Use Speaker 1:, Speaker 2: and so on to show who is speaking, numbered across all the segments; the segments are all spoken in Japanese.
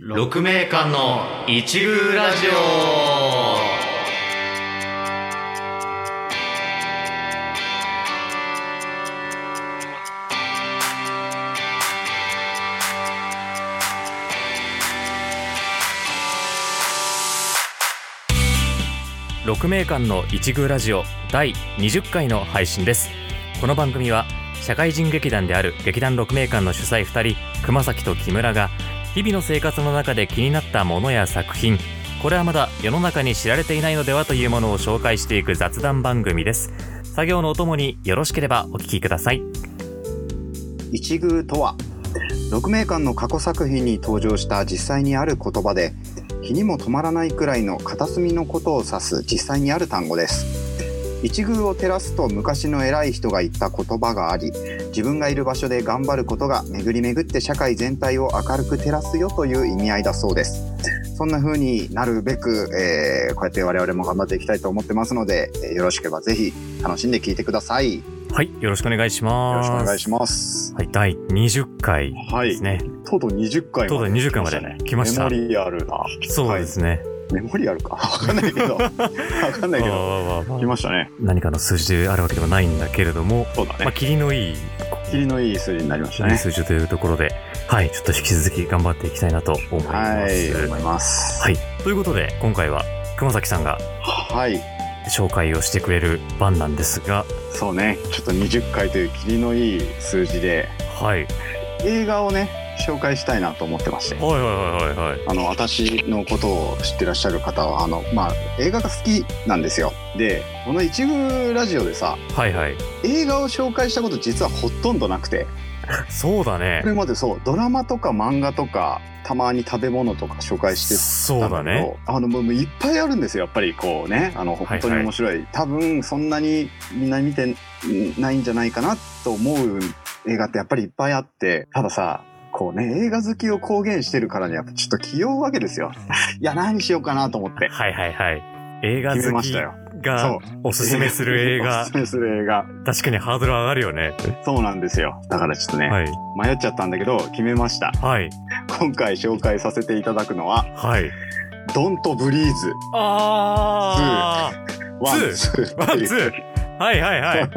Speaker 1: 6名間の一宮ラジオ
Speaker 2: 6名間の一宮ラジオ第20回の配信ですこの番組は社会人劇団である劇団6名間の主催2人熊崎と木村が日々の生活の中で気になったものや作品これはまだ世の中に知られていないのではというものを紹介していく雑談番組です作業のお供によろしければお聞きください
Speaker 3: 一宮とは6名間の過去作品に登場した実際にある言葉で気にも止まらないくらいの片隅のことを指す実際にある単語です一宮を照らすと昔の偉い人が言った言葉があり自分がいる場所で頑張ることが巡り巡って社会全体を明るく照らすよという意味合いだそうですそんな風になるべく、えーこうやって我々も頑張っていきたいと思ってますので、えーよろしければぜひ楽しんで聞いてくださいよ
Speaker 2: はいよろしくお願いし
Speaker 3: ろ
Speaker 2: ま
Speaker 3: し
Speaker 2: す
Speaker 3: くお願いします
Speaker 2: はい第20回
Speaker 3: は
Speaker 2: ですね
Speaker 3: とうとう20回
Speaker 2: とうとう20回まで来ました
Speaker 3: メモリアルな。
Speaker 2: そうですね、
Speaker 3: はい。メモリアルか。わかんないけど。わかんない け
Speaker 2: わあ
Speaker 3: ど。
Speaker 2: わあわあわあ
Speaker 3: 来ましたね。
Speaker 2: 何かの数字であるわけではないんだけれども、
Speaker 3: そうだ
Speaker 2: まあ、。霧のいい
Speaker 3: 切りのいい数字になりましたね。
Speaker 2: 数字というところで、はい、ちょっと引き続き頑張っていきたいなと思います。
Speaker 3: はい。
Speaker 2: は
Speaker 3: 思います。
Speaker 2: い、ということで、今回は熊崎さんが
Speaker 3: はい。
Speaker 2: 紹介をしてくれる番なんですが、
Speaker 3: そうね。ちょっと20回という切りのいい数字で、
Speaker 2: はい、
Speaker 3: 映画をね、紹介したいなと思ってまして。
Speaker 2: はいはいはいはいはい。
Speaker 3: あの、私のことを知ってらっしゃる方は、あの、まあ、映画が好きなんですよ。で、この一部ラジオでさ、
Speaker 2: はいはい。
Speaker 3: 映画を紹介したこと実はほとんどなくて。
Speaker 2: そうだね
Speaker 3: こ。れまでそうドラマとか漫画とかたまに食べ物とか紹介して
Speaker 2: そう
Speaker 3: たん
Speaker 2: だ
Speaker 3: だけ
Speaker 2: ね。
Speaker 3: どあのもうもういっぱいあるんですよやっぱりこうねあの
Speaker 2: いはい
Speaker 3: 本当に面白い、多分そんなにみんな見てんないんじゃないかなと思う映画ってやっぱりいっぱいあってたださこうね映画好きを公言してるからにはやっぱちょっと気負うわけですよいや何しようかなと思って
Speaker 2: はいはいはい。映画
Speaker 3: 決め
Speaker 2: 好
Speaker 3: ま
Speaker 2: き
Speaker 3: したよ
Speaker 2: がおすすめする映
Speaker 3: お
Speaker 2: 画
Speaker 3: すす、めする映画
Speaker 2: 確かにハードル上がるよね。
Speaker 3: そうなんですよだからちょっとね、
Speaker 2: はい。
Speaker 3: 迷っちゃったんだけど決めました
Speaker 2: はい。
Speaker 3: 今回紹介させていただくのは
Speaker 2: はい。
Speaker 3: 「ドントブリーズ」
Speaker 2: あー。
Speaker 3: ワン、
Speaker 2: ツ
Speaker 3: ツー、
Speaker 2: ワン、ツー。はいはい はい。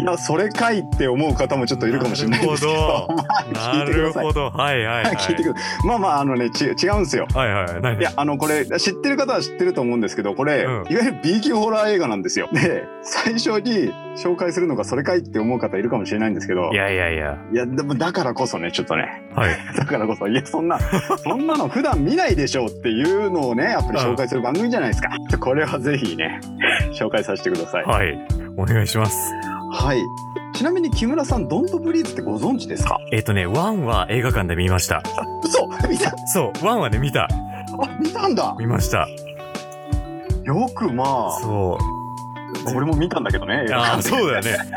Speaker 3: いや、それかいって思う方もちょっといるかもしれないですけど。
Speaker 2: な
Speaker 3: 聞いてく
Speaker 2: る
Speaker 3: ださい
Speaker 2: ほど。はいはいはい。
Speaker 3: 聞いてください。まあまあ、あのね、ち違うんですよ。
Speaker 2: はいはい。何
Speaker 3: いや、あの、これ、知ってる方は知ってると思うんですけど、これ、
Speaker 2: うん
Speaker 3: いわゆる B 級ホラー映画なんですよ。で、最初に紹介するのがそれかいって思う方いるかもしれないんですけど、
Speaker 2: いやいやいや。
Speaker 3: いや、でもだからこそね、ちょっとね、
Speaker 2: はい。
Speaker 3: だからこそ、いや、そんな、そんなの普段見ないでしょうっていうのをね、やっぱり紹介する番組じゃないですか。これはぜひね、紹介させてください。
Speaker 2: はい。お願いします。
Speaker 3: はい。ちなみに木村さん、ドントブリーズってご存知ですか
Speaker 2: えっとね、ワンは映画館で見ました。
Speaker 3: 嘘 見た
Speaker 2: そう、ワンはね、見た。
Speaker 3: あ見たんだ
Speaker 2: 見ました。
Speaker 3: よくまあ
Speaker 2: そ
Speaker 3: 俺も見たんだけどね
Speaker 2: う。ああ、そうだよね。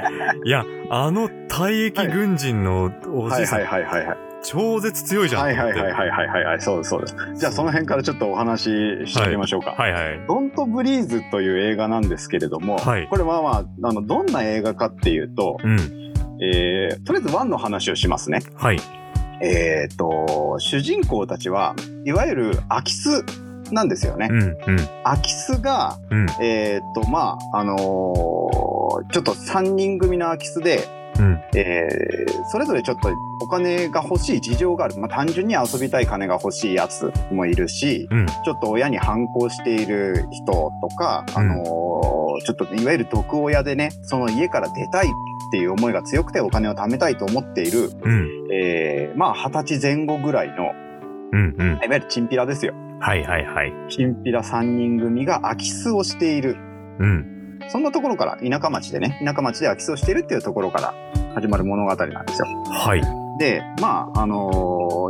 Speaker 2: いや、あの退役軍人のお
Speaker 3: は
Speaker 2: じ
Speaker 3: い
Speaker 2: さん、
Speaker 3: はいはいはいはい
Speaker 2: 超絶強いじゃん。
Speaker 3: はいはいはいはいはいはいはいそうですそうですじゃあその辺からちょっとお話ししていきましょうか、
Speaker 2: はいはい。
Speaker 3: ドントブリーズという映画なんですけれども、
Speaker 2: はい
Speaker 3: これはまああのどんな映画かっていうと、
Speaker 2: うん。
Speaker 3: えーとりあえずワンの話をしますね
Speaker 2: はい。
Speaker 3: えっ、と主人公たちはいわゆる空き巣なんですよね、
Speaker 2: うん、うん、
Speaker 3: 空き巣が、
Speaker 2: うん
Speaker 3: えーっとまああのーちょっと3人組の空き巣で、
Speaker 2: うん
Speaker 3: えーそれぞれちょっとお金が欲しい事情がある、まあ、単純に遊びたい金が欲しいやつもいるし
Speaker 2: うん。
Speaker 3: ちょっと親に反抗している人とか、あのーちょっといわゆる毒親でねその家から出たいっていう思いが強くてお金を貯めたいと思っている、
Speaker 2: うん、
Speaker 3: えーまあ二十歳前後ぐらいの
Speaker 2: うん、うん。
Speaker 3: いわゆるチンピラですよ
Speaker 2: はいはいはい。
Speaker 3: チンピラ3人組が空き巣をしている
Speaker 2: うん。
Speaker 3: そんなところから、田舎町でね、田舎町で空き巣をしてるっていうところから始まる物語なんですよ。
Speaker 2: はい。
Speaker 3: で、まあ、あの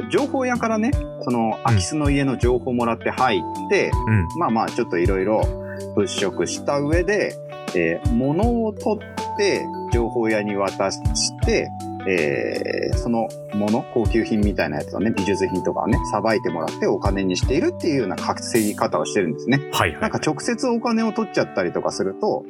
Speaker 3: ー情報屋からね、その空き巣の家の情報もらって入って、
Speaker 2: うん。
Speaker 3: まあまあ、ちょっといろいろ物色した上で、えー物を取って、情報屋に渡して、えーそのもの高級品みたいなやつをね美術品とかをねさばいてもらってお金にしているっていうような稼ぎ方をしてるんですね。
Speaker 2: はいは
Speaker 3: ないんか直接お金を取っちゃったりとかすると、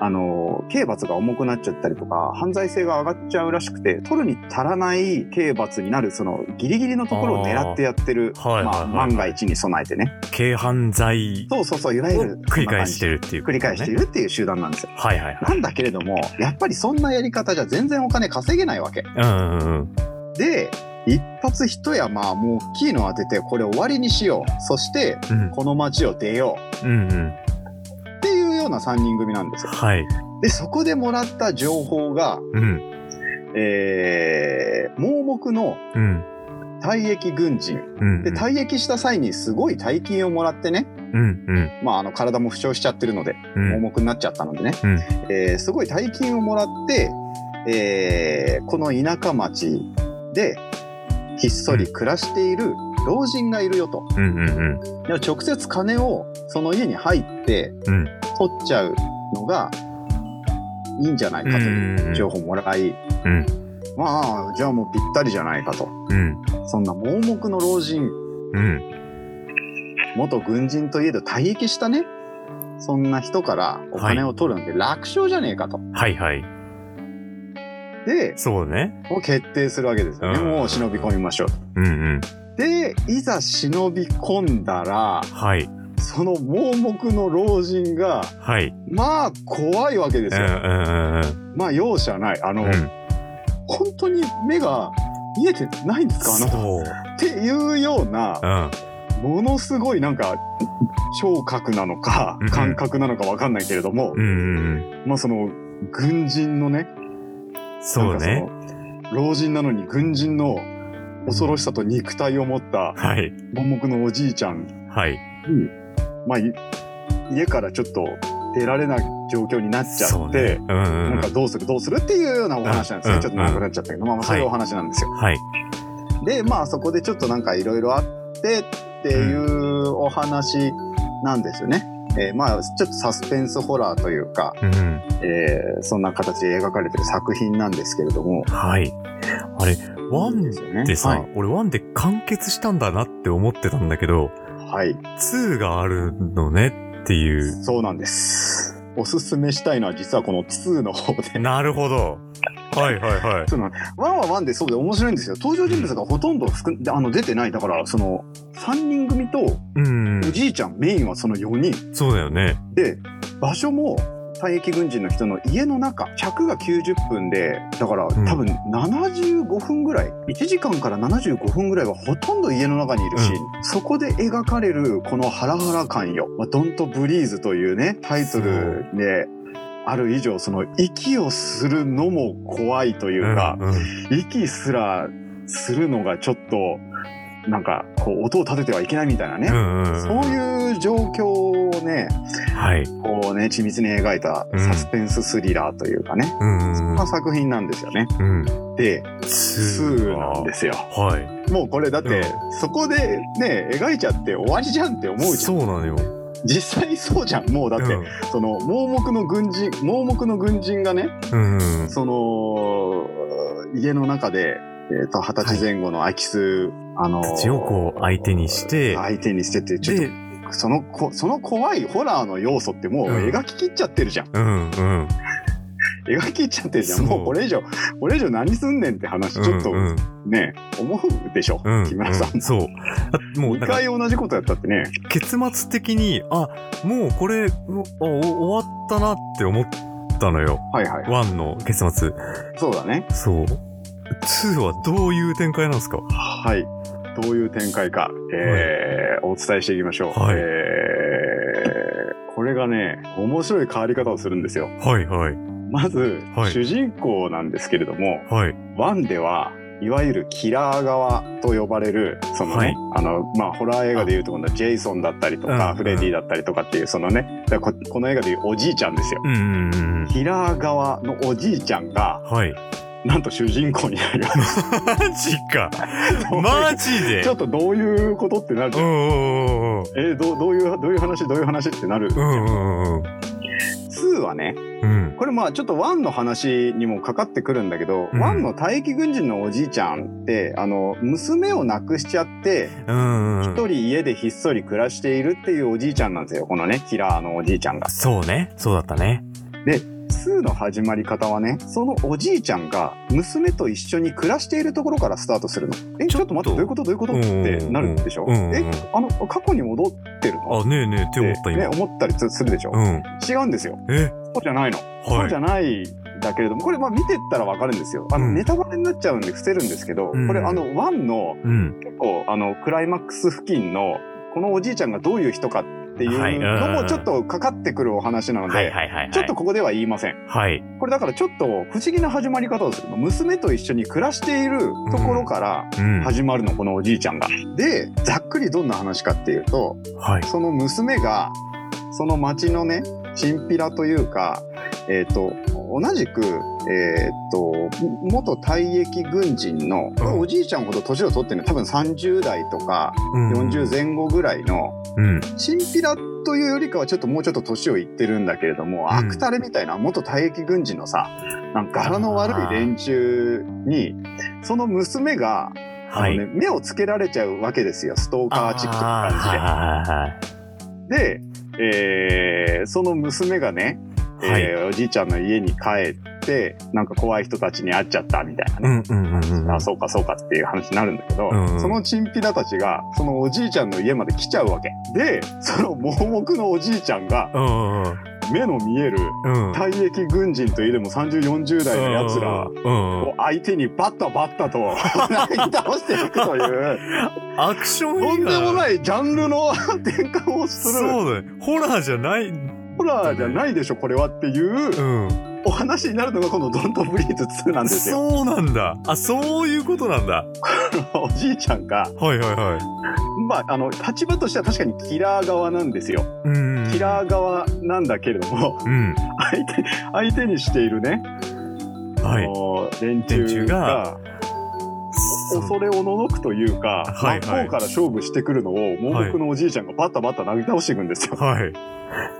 Speaker 3: あの、刑罰が重くなっちゃったりとか、犯罪性が上がっちゃうらしくて、取るに足らない刑罰になる、そのギリギリのところを狙ってやってる、
Speaker 2: あーはいはいはい
Speaker 3: まあ、万が一に備えてね。
Speaker 2: 軽犯罪
Speaker 3: そうそうそう、いわゆ
Speaker 2: を
Speaker 3: る、
Speaker 2: 繰り返してるっていう
Speaker 3: そんな感じ繰り返してい
Speaker 2: る
Speaker 3: るっていう集団なんですよ。
Speaker 2: はいはいは
Speaker 3: ないんだけれども、やっぱりそんなやり方じゃ全然お金稼げないわけ。
Speaker 2: うんうんうん
Speaker 3: で、一発一山、もう大きいの当てて、これ終わりにしよう。そして、
Speaker 2: うん
Speaker 3: この街を出よう。
Speaker 2: うんうん
Speaker 3: っていうような3人組なんですよ。
Speaker 2: はい
Speaker 3: で、そこでもらった情報が、
Speaker 2: うん
Speaker 3: えー、盲目の
Speaker 2: うん
Speaker 3: 退役軍人。
Speaker 2: うん
Speaker 3: で、退役した際にすごい大金をもらってね、
Speaker 2: うんうん
Speaker 3: まあ、あの、体も負傷しちゃってるので、
Speaker 2: うん
Speaker 3: 盲目になっちゃったのでね、
Speaker 2: うん
Speaker 3: えーすごい大金をもらって、えーこの田舎町で、ひっそり暮らしている老人がいるよと。
Speaker 2: うんうんうん
Speaker 3: でも直接金をその家に入って、
Speaker 2: うん
Speaker 3: 取っちゃうのがいいんじゃないかという情報をもらい、
Speaker 2: うん
Speaker 3: まあじゃあもうぴったりじゃないかと
Speaker 2: うん
Speaker 3: そんな盲目の老人
Speaker 2: うん
Speaker 3: 元軍人といえど退役したねそんな人からお金を取るなんて楽勝じゃねえかと、
Speaker 2: はいはい
Speaker 3: で
Speaker 2: そうね
Speaker 3: を決定するわけですよね、
Speaker 2: うん
Speaker 3: もう忍び込みましょうと
Speaker 2: うんうん
Speaker 3: でいざ忍び込んだら
Speaker 2: はい
Speaker 3: その盲目の老人が
Speaker 2: はい
Speaker 3: まあ怖いわけです
Speaker 2: うん
Speaker 3: よ、
Speaker 2: うんうんうん
Speaker 3: まあ容赦ないあの、
Speaker 2: うん
Speaker 3: 本当に目が見えてないんですかあなた
Speaker 2: そう
Speaker 3: っていうような
Speaker 2: うん
Speaker 3: ものすごいなんか聴覚なのか
Speaker 2: うんうん
Speaker 3: 感覚なのかわかんないけれども、
Speaker 2: うんうんうん
Speaker 3: まあその軍人のね
Speaker 2: そう
Speaker 3: なん
Speaker 2: ね
Speaker 3: かその老人なのに軍人の恐ろしさと肉体を持った
Speaker 2: はい
Speaker 3: 盲目のおじいちゃん、
Speaker 2: はい
Speaker 3: まあ、い家からちょっと出られない状況になっちゃ
Speaker 2: そう
Speaker 3: っ
Speaker 2: ね
Speaker 3: て、
Speaker 2: うんうんう
Speaker 3: なん
Speaker 2: ん
Speaker 3: かどうするどうするっていうようなお話なんですね、
Speaker 2: うん
Speaker 3: ちょっと長くなっちゃったけど、まあまあそういうお話なんですよ。
Speaker 2: はい
Speaker 3: でまあそこでちょっとなんかいろいろあってっていうお話なんですよね。えーまあちょっとサスペンスホラーというか、
Speaker 2: うんうん
Speaker 3: えーそんな形で描かれてる作品なんですけれども。
Speaker 2: はい。あれ、ワ
Speaker 3: いい
Speaker 2: ン
Speaker 3: ですよね
Speaker 2: ってさ、
Speaker 3: はい
Speaker 2: 俺ワンで完結したんだなって思ってたんだけど、
Speaker 3: はい、
Speaker 2: ツーがあるのねっていう。
Speaker 3: そうなんです。おすすめしたいのは実はこの2の方で。
Speaker 2: なるほど。はいはいはい。
Speaker 3: その1は1でそうで面白いんですよ登場人物がほとんど少あの出てないだからその3人組と
Speaker 2: うん
Speaker 3: お、じいちゃんメインはその4人
Speaker 2: そうだよね。
Speaker 3: で場所も退役軍人の人の家の中100が90分でだから
Speaker 2: ん、
Speaker 3: 多分75分ぐらい、1時間から75分ぐらいはほとんど家の中にいるシーン、そこで描かれるこのハラハラ感よ「まあ、ドント・ブリーズ」というねタイトルで。ある以上その息をするのも怖いといううんか、
Speaker 2: うん
Speaker 3: 息すらするのがちょっとなんかこう音を立ててはいけないみたいな
Speaker 2: う
Speaker 3: ね、
Speaker 2: んうん。
Speaker 3: そういう状況をね
Speaker 2: はい。
Speaker 3: こうね、緻密に描いたサスペンススリラーというかね、
Speaker 2: うんう
Speaker 3: そん
Speaker 2: ん
Speaker 3: な作品なんですよね。
Speaker 2: うん。うん。
Speaker 3: で、
Speaker 2: ツ
Speaker 3: 2なんですよ。
Speaker 2: がはい。
Speaker 3: もうこれだって、
Speaker 2: う
Speaker 3: そこでね、描いちゃって終わりじゃんって思うじゃ
Speaker 2: そ
Speaker 3: ん。
Speaker 2: うなのよ。
Speaker 3: 実際そうじゃん。もうだって、
Speaker 2: うん
Speaker 3: その、盲目の軍人、盲目の軍人がね、
Speaker 2: うんうん。
Speaker 3: その、家の中で、えっ、と、二十歳前後の空き巣、あの
Speaker 2: たちをこう相手にして
Speaker 3: 相手にしてって、ちょっ
Speaker 2: で、
Speaker 3: と、そのこ、その怖いホラーの要素ってもう描ききっちゃってるじゃん。
Speaker 2: うんうん。
Speaker 3: 描きっちゃってるじゃん
Speaker 2: そう
Speaker 3: もうこれ以上これ以上何すんねんって話ちょっと
Speaker 2: うんうん
Speaker 3: ね、思うでしょ、
Speaker 2: うん
Speaker 3: 木村さん
Speaker 2: う、んそう。あもう
Speaker 3: 2
Speaker 2: なんか
Speaker 3: 回同じことやったってね
Speaker 2: 結末的に、あ、もうこれ、おお終わったなって思ったのよ。
Speaker 3: はいはい
Speaker 2: ワンの結末。
Speaker 3: そうだね
Speaker 2: そう。ツーはどういう展開なんですか
Speaker 3: はいどういう展開か、えーお伝えしていきましょう、
Speaker 2: はい
Speaker 3: えーこれがね面白い変わり方をするんですよ
Speaker 2: はいはい。
Speaker 3: まず、
Speaker 2: はい
Speaker 3: 主人公なんですけれども
Speaker 2: はい。
Speaker 3: ワンではいわゆるキラー側と呼ばれるそのね、
Speaker 2: はい
Speaker 3: あのまあホラー映画でいうと今度はジェイソンだったりと
Speaker 2: うん
Speaker 3: か、
Speaker 2: うん
Speaker 3: フレディだったりとかっていうそのねだからここの映画でいうおじいちゃんですよ。
Speaker 2: うんうんうんうん。
Speaker 3: キラー側のおじいちゃんが
Speaker 2: はい。
Speaker 3: なんと主人公になるよ
Speaker 2: マジ か。マジで
Speaker 3: ちょっとどういうことってなる
Speaker 2: うんうんうんうん。
Speaker 3: えーどうどういうどういう話どういう話ってなる、
Speaker 2: うんうんうんうん。
Speaker 3: 2はね、
Speaker 2: うん。
Speaker 3: これまあちょっと1の話にもかかってくるんだけど、
Speaker 2: うん
Speaker 3: 1の退役軍人のおじいちゃんって、あの、娘を亡くしちゃって、
Speaker 2: うんうん
Speaker 3: 一
Speaker 2: うん。
Speaker 3: 人家でひっそり暮らしているっていうおじいちゃんなんですよ、このね、キラーのおじいちゃんが。
Speaker 2: そうね。そうだったね。
Speaker 3: 2の始まり方はね、そのおじいちゃんが娘と一緒に暮らしているところからスタートするの。え、
Speaker 2: ち
Speaker 3: ち
Speaker 2: ょ
Speaker 3: ょ
Speaker 2: っと
Speaker 3: っと待って、どういうことどういうことってなるでしょ
Speaker 2: うんうんうん
Speaker 3: え、あの、過去に戻ってるの
Speaker 2: あ、ねえねえって思っ
Speaker 3: ったてね、
Speaker 2: 今。
Speaker 3: 思ったりするでしょ
Speaker 2: うん。
Speaker 3: 違うんですよ。
Speaker 2: え、
Speaker 3: そうじゃないの。そうじ
Speaker 2: は
Speaker 3: ゃないんだけれども、これまあ見てったらわかるんですよ。あの、
Speaker 2: うん
Speaker 3: ネタバレになっちゃうんで伏せるんですけど、
Speaker 2: うん
Speaker 3: これあの、ワンの
Speaker 2: い。うん。
Speaker 3: 結構あの、クライマックス付近の、このおじいちゃんがどういう人かって
Speaker 2: はい
Speaker 3: いう
Speaker 2: うん
Speaker 3: のもちょっとかかってくるお話なので、
Speaker 2: はいはいはいはい。
Speaker 3: ちょっと。ここでは言いません。
Speaker 2: はい。
Speaker 3: これだからちょっと不思議な始まり方をするの。娘と一緒に暮らしているところから
Speaker 2: うん。
Speaker 3: 始まるの、このおじいちゃんが。で、ざっくりどんな話かっていうと、
Speaker 2: はい。
Speaker 3: その娘が、その町のね、チンピラというか、えっ、と、同じく、えっ、と、元退役軍人の、これおじいちゃんほど年を取ってるの、多分30代とか
Speaker 2: うん
Speaker 3: 40前後ぐらいの、
Speaker 2: うん。
Speaker 3: チンピラというよりかはちょっともうちょっと年をいってるんだけれども、
Speaker 2: ん
Speaker 3: アクタレみたいな元退役軍人のさ、なんか柄の悪い連中に、その娘が、あの
Speaker 2: は
Speaker 3: ね
Speaker 2: い。
Speaker 3: 目をつけられちゃうわけですよ、ストーカーチックな感じ
Speaker 2: あ
Speaker 3: で。で、えーその娘がね、
Speaker 2: ーはいはいはい。はい。
Speaker 3: えーおじいちゃんの家に帰ってなんか怖い人たちに会っちゃったみたいな
Speaker 2: う
Speaker 3: ね、
Speaker 2: んうんうんうん。
Speaker 3: あそうかそうかっていう話になるんだけど、
Speaker 2: うんうん
Speaker 3: そのチンピラたちがそのおじいちゃんの家まで来ちゃうわけでその盲目のおじいちゃんが
Speaker 2: うんうん
Speaker 3: 目の見える
Speaker 2: うん。うん。
Speaker 3: 退役軍人といえども3040代のやつら
Speaker 2: うんうん
Speaker 3: を相手にバッタバ ッタと殴り倒していくという
Speaker 2: アクション
Speaker 3: とんでも
Speaker 2: い
Speaker 3: ないジャンルの 転換をする
Speaker 2: そうだよホラーじゃないうん
Speaker 3: ホラーじゃないでしょこれはっていうお話になるのがこの「ドントブリーズ2」なんですよ。
Speaker 2: そうなんだあそういうことなんだ
Speaker 3: おじいちゃんが、
Speaker 2: はいはいはい
Speaker 3: まあ、あの立場としては確かにキラー側なんですよ。
Speaker 2: うん
Speaker 3: キラー側なんだけれども
Speaker 2: うん
Speaker 3: 相手相手にしているね、
Speaker 2: は
Speaker 3: あ
Speaker 2: い
Speaker 3: の連
Speaker 2: 連
Speaker 3: 中
Speaker 2: 中が
Speaker 3: が恐れおののくというか
Speaker 2: はいはい
Speaker 3: 真っ向から勝負してくるのを盲目のおじいちゃんがバッタバッタ投げ倒していくんですよ。
Speaker 2: はい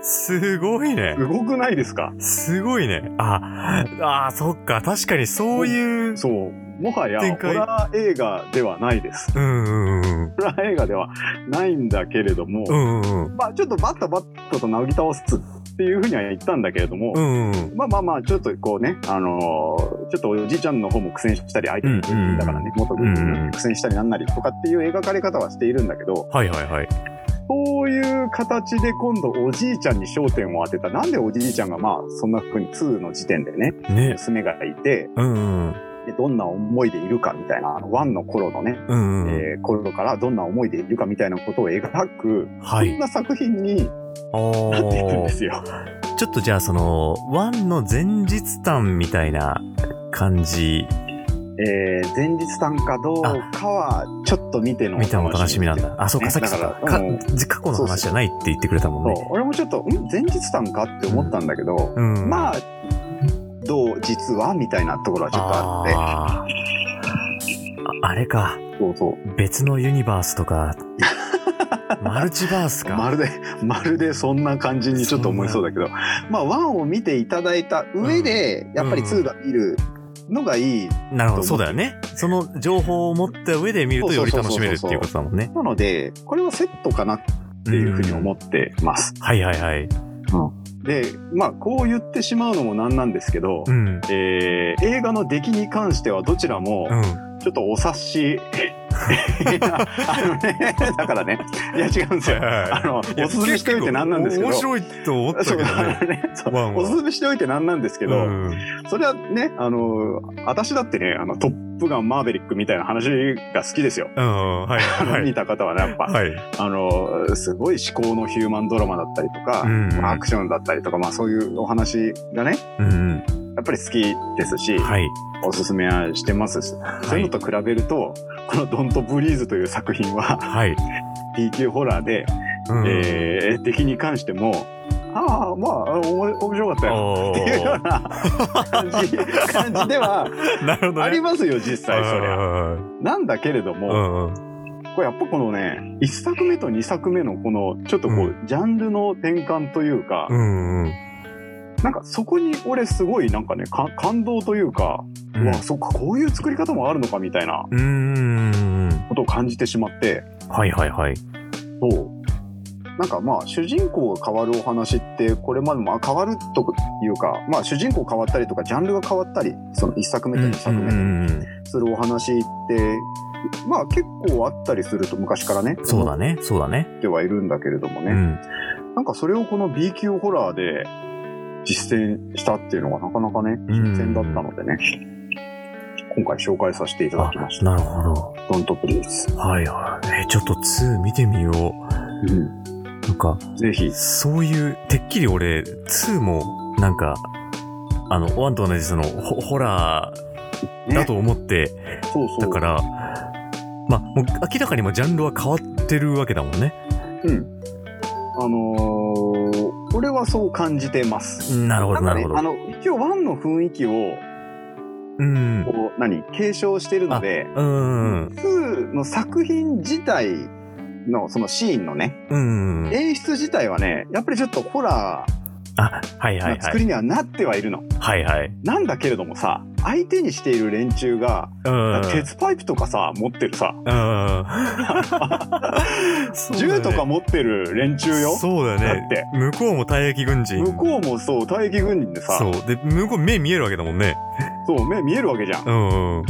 Speaker 2: すごいね
Speaker 3: すごくないですか
Speaker 2: すごいねああーそっか確かにそういう
Speaker 3: そうもはや
Speaker 2: 展
Speaker 3: ホ
Speaker 2: 開
Speaker 3: ラー映画ではないです。
Speaker 2: うんうんうん
Speaker 3: ホラー映画ではないんだけれども、
Speaker 2: うんうん
Speaker 3: まあ、ちょっとバッタバッタと殴り倒すっていうふうには言ったんだけれども、
Speaker 2: うんうん
Speaker 3: まあまあまあ、ちょっとこうね、あのーちょっとおじいちゃんの方も苦戦したり、相手も軍人だからね、元軍人
Speaker 2: うんうん
Speaker 3: が苦戦したりなんなりとかっていう描かれ方はしているんだけど、
Speaker 2: はいはいはい
Speaker 3: そういう形で今度おじいちゃんに焦点を当てた、なんでおじいちゃんがまあ、そんな風に2の時点でね、
Speaker 2: ね
Speaker 3: 娘がいて、
Speaker 2: うんうん
Speaker 3: でどんな思いでいるかみたいな、あの、1の頃のね、
Speaker 2: うんうん
Speaker 3: えー頃からどんな思いでいるかみたいなことを描く、
Speaker 2: は
Speaker 3: そん
Speaker 2: い
Speaker 3: な作品に
Speaker 2: あ
Speaker 3: なっていくん
Speaker 2: ー
Speaker 3: ですよ。
Speaker 2: ちょっとじゃあその、ワンの前日談みたいな感じ
Speaker 3: えー前日単かどうかはちょっと見ての
Speaker 2: 見たの楽しみなん
Speaker 3: お
Speaker 2: だ。あ、そうか、
Speaker 3: ね
Speaker 2: さっき
Speaker 3: だ
Speaker 2: そ
Speaker 3: か
Speaker 2: う
Speaker 3: ら
Speaker 2: かか
Speaker 3: うん
Speaker 2: 過去の話じゃないって言ってくれたもん
Speaker 3: 楽しみ
Speaker 2: ね。
Speaker 3: そう俺もちょっとん前日単かって思ったんだけど、
Speaker 2: うん。
Speaker 3: ま
Speaker 2: あ
Speaker 3: あどう実はみたいなところはちょっとあって
Speaker 2: あーああれか。
Speaker 3: そうそう
Speaker 2: 別のユニバースと か、マルチバースか。
Speaker 3: まるで まるでそんな感じにちょっと思いそうだけどまあ1を見ていただいた上で、やっぱり2が見るのがいい
Speaker 2: なるほど、そうだよね。その情報を持った上で見るとより楽しめるっていうことだもんね。
Speaker 3: なのでこれはセットかなっていうふうに思
Speaker 2: っ
Speaker 3: ってます。
Speaker 2: はいはいはい。
Speaker 3: でまあこう言ってしまうのもなんなんですけど、
Speaker 2: うん。
Speaker 3: えー映画の出来に関してはどちらも
Speaker 2: うん。
Speaker 3: ちょっとお察し、 あのねだからねいや違うんですよあのおすすめしておいてなんなんですけど
Speaker 2: 面白いと思った
Speaker 3: そ
Speaker 2: けど
Speaker 3: う
Speaker 2: ね
Speaker 3: あ。のね そう
Speaker 2: ワンワン
Speaker 3: おすすめしておいてなんなんですけど、
Speaker 2: うん
Speaker 3: それはねあの私だってねあの「トップガンマーヴェリック」みたいな話が好きですよ。
Speaker 2: うん、はい
Speaker 3: あの
Speaker 2: はい。
Speaker 3: 見た方はねやっぱ、
Speaker 2: はい。
Speaker 3: あのすごい思考のヒューマンドラマだったりとか、
Speaker 2: うんうん
Speaker 3: まあアクションだったりとか、まあ、そういうお話がね
Speaker 2: うん
Speaker 3: やっぱり好きですし、
Speaker 2: うん。はい。
Speaker 3: おすすめはしてますし、そういうのと比べるとこの「ドント・ブリーズ」という作品は
Speaker 2: はい。
Speaker 3: B 級ホラーで、
Speaker 2: うん
Speaker 3: えー敵に関してもああまあおも面白かったよ
Speaker 2: お
Speaker 3: っていうよう
Speaker 2: ー
Speaker 3: な感じ感じでは
Speaker 2: なるほどね。
Speaker 3: ありますよ実際そりゃ。
Speaker 2: ゃ。
Speaker 3: なんだけれど
Speaker 2: う
Speaker 3: も、
Speaker 2: んうん。
Speaker 3: これやっぱこのね1作目と2作目のこのちょっとこう、ジャンルの転換というか、
Speaker 2: うんうん。
Speaker 3: なんかそこに俺すごいなんかねか感動というか、うわそっかこういう作り方もあるのかみたいな
Speaker 2: うんうん
Speaker 3: ことを感じてしまって
Speaker 2: はいはいはい
Speaker 3: そうなんかまあ主人公が変わるお話ってこれまでもあ変わるというか、まあ、主人公変わったりとかジャンルが変わったりその1作目と2作目
Speaker 2: うんうんうん
Speaker 3: するお話って、まあ結構あったりすると昔からね
Speaker 2: そうだねそうだね
Speaker 3: 思ってはいるんだけれどもね、
Speaker 2: うん
Speaker 3: なんかそれをこの B 級ホラーで実践したっていうのがなかなかね
Speaker 2: うん
Speaker 3: 新鮮だったのでね、今回紹介させていただ
Speaker 2: あ
Speaker 3: きました
Speaker 2: なるほど
Speaker 3: 「ドントプリーズ
Speaker 2: はいはいえちょっと2見てみよう」なんか
Speaker 3: ぜひ
Speaker 2: そういう、てっきり俺、2も、なんか、あの、1と同じその、ホホラー
Speaker 3: ね
Speaker 2: だと思って、
Speaker 3: そうそう
Speaker 2: だから、まあ、もう明らかにもジャンルは変わってるわけだもんね。
Speaker 3: うんあのー俺はそう感じてます、
Speaker 2: なるほど、
Speaker 3: な
Speaker 2: なん
Speaker 3: か
Speaker 2: る
Speaker 3: ね
Speaker 2: ほ
Speaker 3: あ
Speaker 2: ど。
Speaker 3: の一応ワンの雰囲気を
Speaker 2: うん。
Speaker 3: こう何継承してるので
Speaker 2: うん。
Speaker 3: 2の作品自体のそのシーンのね
Speaker 2: うん。
Speaker 3: 演出自体はねやっぱりちょっとホラ
Speaker 2: あ、はい
Speaker 3: ー
Speaker 2: はい
Speaker 3: な
Speaker 2: は
Speaker 3: 作
Speaker 2: い。
Speaker 3: りにはなってはいるの、
Speaker 2: はいはい。
Speaker 3: なんだけれどもさ相手にしている連中が、
Speaker 2: うん。
Speaker 3: 鉄パイプとかさ持ってるさ
Speaker 2: うん。
Speaker 3: 銃とか
Speaker 2: も
Speaker 3: 持ってる連中よ
Speaker 2: そうだ
Speaker 3: だ
Speaker 2: よ
Speaker 3: って
Speaker 2: ね。向こうも退役軍人。
Speaker 3: 向こうもそう退役軍人でさ
Speaker 2: そう。で、向こう目見えるわけだもんね。
Speaker 3: そう目見えるわけじゃん
Speaker 2: うん。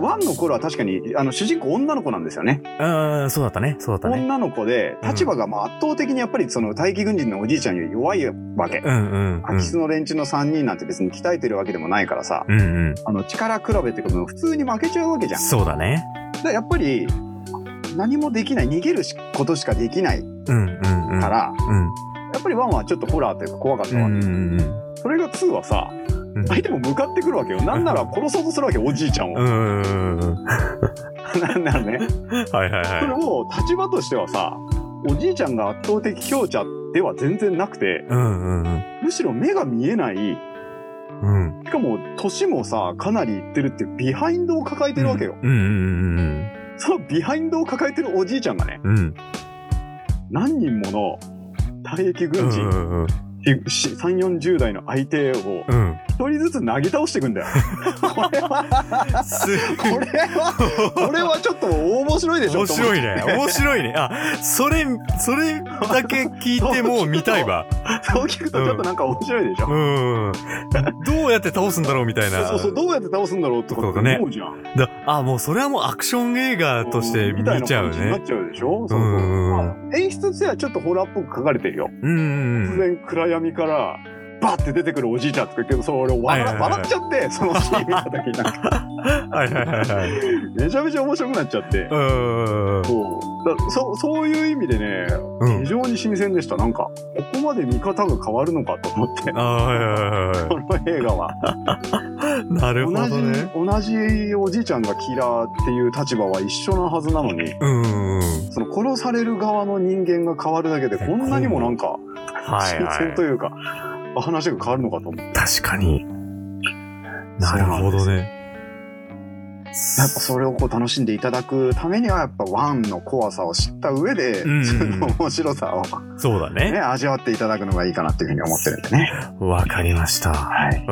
Speaker 3: ワンの頃は確かにあの主人公女の子なんですよね
Speaker 2: ああ、そうだったね。そうだったね。
Speaker 3: 女の子で
Speaker 2: うん
Speaker 3: 立場がまあ圧倒的にやっぱりその待機軍人のおじいちゃんより弱いわけ、
Speaker 2: うんうんう
Speaker 3: 空
Speaker 2: ん
Speaker 3: き巣の連中の3人なんて別に鍛えてるわけでもないからさ
Speaker 2: うんうん。
Speaker 3: あの力比べっていうかもう普通に負けちゃうわけじゃんだ
Speaker 2: そうだね。
Speaker 3: からやっぱり何もできない逃げるしことしかできない
Speaker 2: うんうんうん。
Speaker 3: から、
Speaker 2: うん。
Speaker 3: やっぱりワンはちょっとホラーというか怖かった
Speaker 2: う
Speaker 3: わけ、
Speaker 2: んうんうん。
Speaker 3: それがツーはさ
Speaker 2: うん
Speaker 3: 相手も向かってくるわけよなんなら殺そうとするわけよおじいちゃん
Speaker 2: う
Speaker 3: を、
Speaker 2: んうんうんうん。は
Speaker 3: なんならね
Speaker 2: いはい
Speaker 3: それ
Speaker 2: は
Speaker 3: を立場としてはさおじいちゃんが圧倒的強者では全然なくて
Speaker 2: い。うんうんうん。
Speaker 3: むしろ目が見えない
Speaker 2: うん。
Speaker 3: しかも年もさかなりいってるっていうビハインドを抱えてるわけよ、
Speaker 2: うんうんうん
Speaker 3: そのビハインドを抱えてるおじいちゃんがね
Speaker 2: うん。うん。
Speaker 3: 何人もの退役軍人、
Speaker 2: うん
Speaker 3: 3 4 0代の相手を
Speaker 2: うん。
Speaker 3: 一人ずつなぎ倒していくんだよこれは
Speaker 2: す
Speaker 3: これはこれはちょっと面白いでしょ
Speaker 2: 面白い
Speaker 3: と
Speaker 2: ね。
Speaker 3: 思って
Speaker 2: 面白いね。あ、それ、それだけ聞いてもう見たいわ。
Speaker 3: そう聞くとちょっとなんか面白いでしょ、
Speaker 2: うん。どうやって倒すんだろうみたいな。
Speaker 3: そうそうそうどうやって倒すんだろうとかって思うじゃん、
Speaker 2: だあ、もうそれはもうアクション映画として見ちゃう
Speaker 3: みたいな感じにな
Speaker 2: ね
Speaker 3: っ。ちゃうでしょそうそう
Speaker 2: うんうんうん
Speaker 3: まあ演出としてはちょっとホラーっぽく書かれてるよ、
Speaker 2: うんうん
Speaker 3: 突
Speaker 2: うん。
Speaker 3: 然暗闇からバって出てくるおじいちゃんとか言ってそれを
Speaker 2: はい
Speaker 3: 笑,、
Speaker 2: はいはい
Speaker 3: 笑っちゃってそのシーン見た時な んか
Speaker 2: はいはいはいはい。
Speaker 3: めちゃめちゃ面白くなっちゃって、
Speaker 2: うん。
Speaker 3: そうだそそういう意味でね
Speaker 2: うん
Speaker 3: 非。常に新鮮でしたなんかここまで見方が変わるのかと思って
Speaker 2: ああ、はいはいはい
Speaker 3: この映画は
Speaker 2: はい。なる
Speaker 3: 同
Speaker 2: ほ
Speaker 3: じ
Speaker 2: どね。
Speaker 3: 同じおじいちゃんがキラーっていう立場は一緒なはずなのに
Speaker 2: うんうんうん。
Speaker 3: その殺される側の人間が変わるだけでこんなにもなんか
Speaker 2: はい
Speaker 3: 新
Speaker 2: は
Speaker 3: 鮮と
Speaker 2: い。
Speaker 3: いうか、話が変わるのかと思ってやっ
Speaker 2: 確かに。なるほどね。
Speaker 3: ぱそれをこう楽しんでいただくためにはやっぱワンの怖さを知った上で、
Speaker 2: うんうん
Speaker 3: その面白さを、
Speaker 2: そうだ
Speaker 3: ね、
Speaker 2: ね。
Speaker 3: 味わっていただくのがいいかなっていうふうに思ってるんでね。
Speaker 2: わかりました。
Speaker 3: はい
Speaker 2: え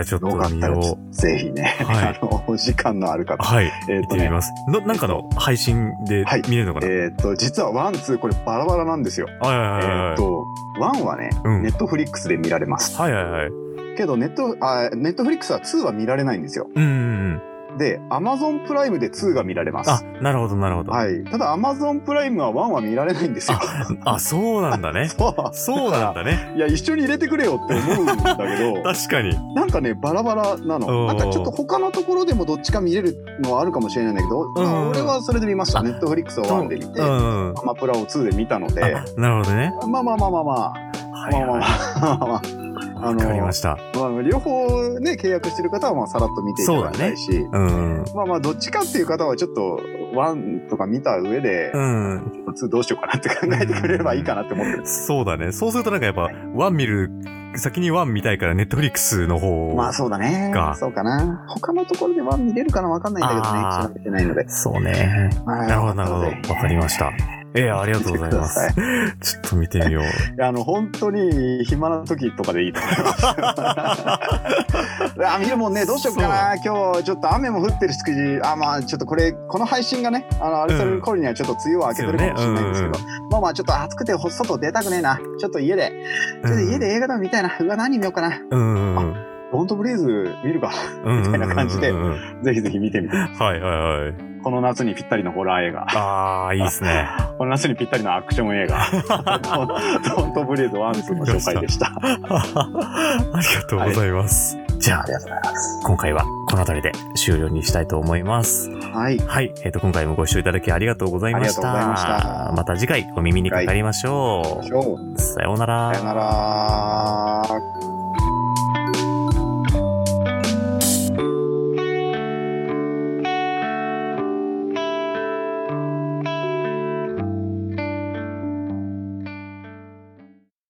Speaker 2: ー、ちょっと
Speaker 3: よかっ
Speaker 2: 見
Speaker 3: たら
Speaker 2: よう。
Speaker 3: ぜひね、
Speaker 2: はい
Speaker 3: あのお時間のある方、
Speaker 2: はい。見
Speaker 3: えっと
Speaker 2: てみ
Speaker 3: ね
Speaker 2: ます。のなんかの配信で
Speaker 3: はい
Speaker 2: 見れるのかな
Speaker 3: えっと実はワンツーこれバラバラなんですよ。
Speaker 2: はい
Speaker 3: え
Speaker 2: はいはいは
Speaker 3: っ
Speaker 2: い。
Speaker 3: とワンはね、
Speaker 2: うん
Speaker 3: ネットフリックスで見られます。
Speaker 2: はいはいはい。うん
Speaker 3: けどネットあネットフリックスは2は見られないんですよ。
Speaker 2: うんうん。
Speaker 3: で、アマゾンプライムで2が見られます。
Speaker 2: あ、なるほどなるほど。
Speaker 3: はい。ただ、アマゾンプライムは1は見られないんですよ。
Speaker 2: あ、そうなんだね。
Speaker 3: そう。
Speaker 2: そうなんだね。
Speaker 3: いや、一緒に入れてくれよって思うんだけ ど、
Speaker 2: 確かに。
Speaker 3: なんかね、バラバラな
Speaker 2: お
Speaker 3: の。
Speaker 2: ー
Speaker 3: なんかちょっと他のところでもどっちか見れるのはあるかもしれないんだけど、ま
Speaker 2: うん
Speaker 3: あ、俺はそれで見ました。
Speaker 2: あ
Speaker 3: ネットフリックスを1で見て、
Speaker 2: う
Speaker 3: ア
Speaker 2: んうん。
Speaker 3: マプラを2で見たので、
Speaker 2: あなるほどね。
Speaker 3: まあまあまあまあまあ、
Speaker 2: は
Speaker 3: ま
Speaker 2: い
Speaker 3: あま
Speaker 2: は
Speaker 3: あまあまあ まあ
Speaker 2: い。
Speaker 3: あ
Speaker 2: わ
Speaker 3: の
Speaker 2: かりました。
Speaker 3: まあ、まあ両方ね、契約してる方はまあさらっと見ていただきたいし、
Speaker 2: うんうん。
Speaker 3: まあまあ、どっちかっていう方はちょっと、1とか見た上で、
Speaker 2: うん。
Speaker 3: 2どうしようかなって考えてくれればいいかなって思ってる。
Speaker 2: そうだね。そうするとなんかやっぱ、ワン見る、先にワン見たいから、ネットフリックスの方を。
Speaker 3: まあそうだね
Speaker 2: か。
Speaker 3: そうかな。他のところでは見れるかなわかんないんだけどね
Speaker 2: あー。
Speaker 3: 調べてないので。
Speaker 2: そうね。
Speaker 3: な
Speaker 2: なるほど、なるほど。わかりました。ええありがとうございま
Speaker 3: 見
Speaker 2: す。ちょっと見てみよう。
Speaker 3: あの、本当に暇な時とかでいいと思います。 あ見るもんね、どうしようかな。今日ちょっと雨も降ってるし、あ、まあちょっとこれ、この配信がね、あの、あれされる頃にはちょっと梅雨は明けてるかもしれないんですけど、
Speaker 2: そう
Speaker 3: まあまあちょっと暑くて外出たくねえな。ちょっと家で、ちょっと家で映画でも見たいな。うわ、何見ようかな。
Speaker 2: うんうんうん。
Speaker 3: ドントブリーズ見るか。
Speaker 2: うんうんうんうんうん
Speaker 3: みたいな感じで
Speaker 2: は
Speaker 3: ぜひぜひ見てみて。
Speaker 2: いはいはい。
Speaker 3: この夏にぴったりのホラー映画。
Speaker 2: ああ、いいですね。
Speaker 3: この夏にぴったりのアクション映画。ドントブリーズワンツーの紹介でした。あ
Speaker 2: ありがとうございます。じゃあ、
Speaker 3: りがとうございます。
Speaker 2: 今回はこの辺りで終了にしたいと思います。
Speaker 3: はい。
Speaker 2: はい。えっ、と、今回もご視聴いただきありがとうございました。
Speaker 3: ありがとうございました
Speaker 2: また次回お耳にかかりましょ
Speaker 3: 今日も
Speaker 2: う。さようなら
Speaker 3: さよなら。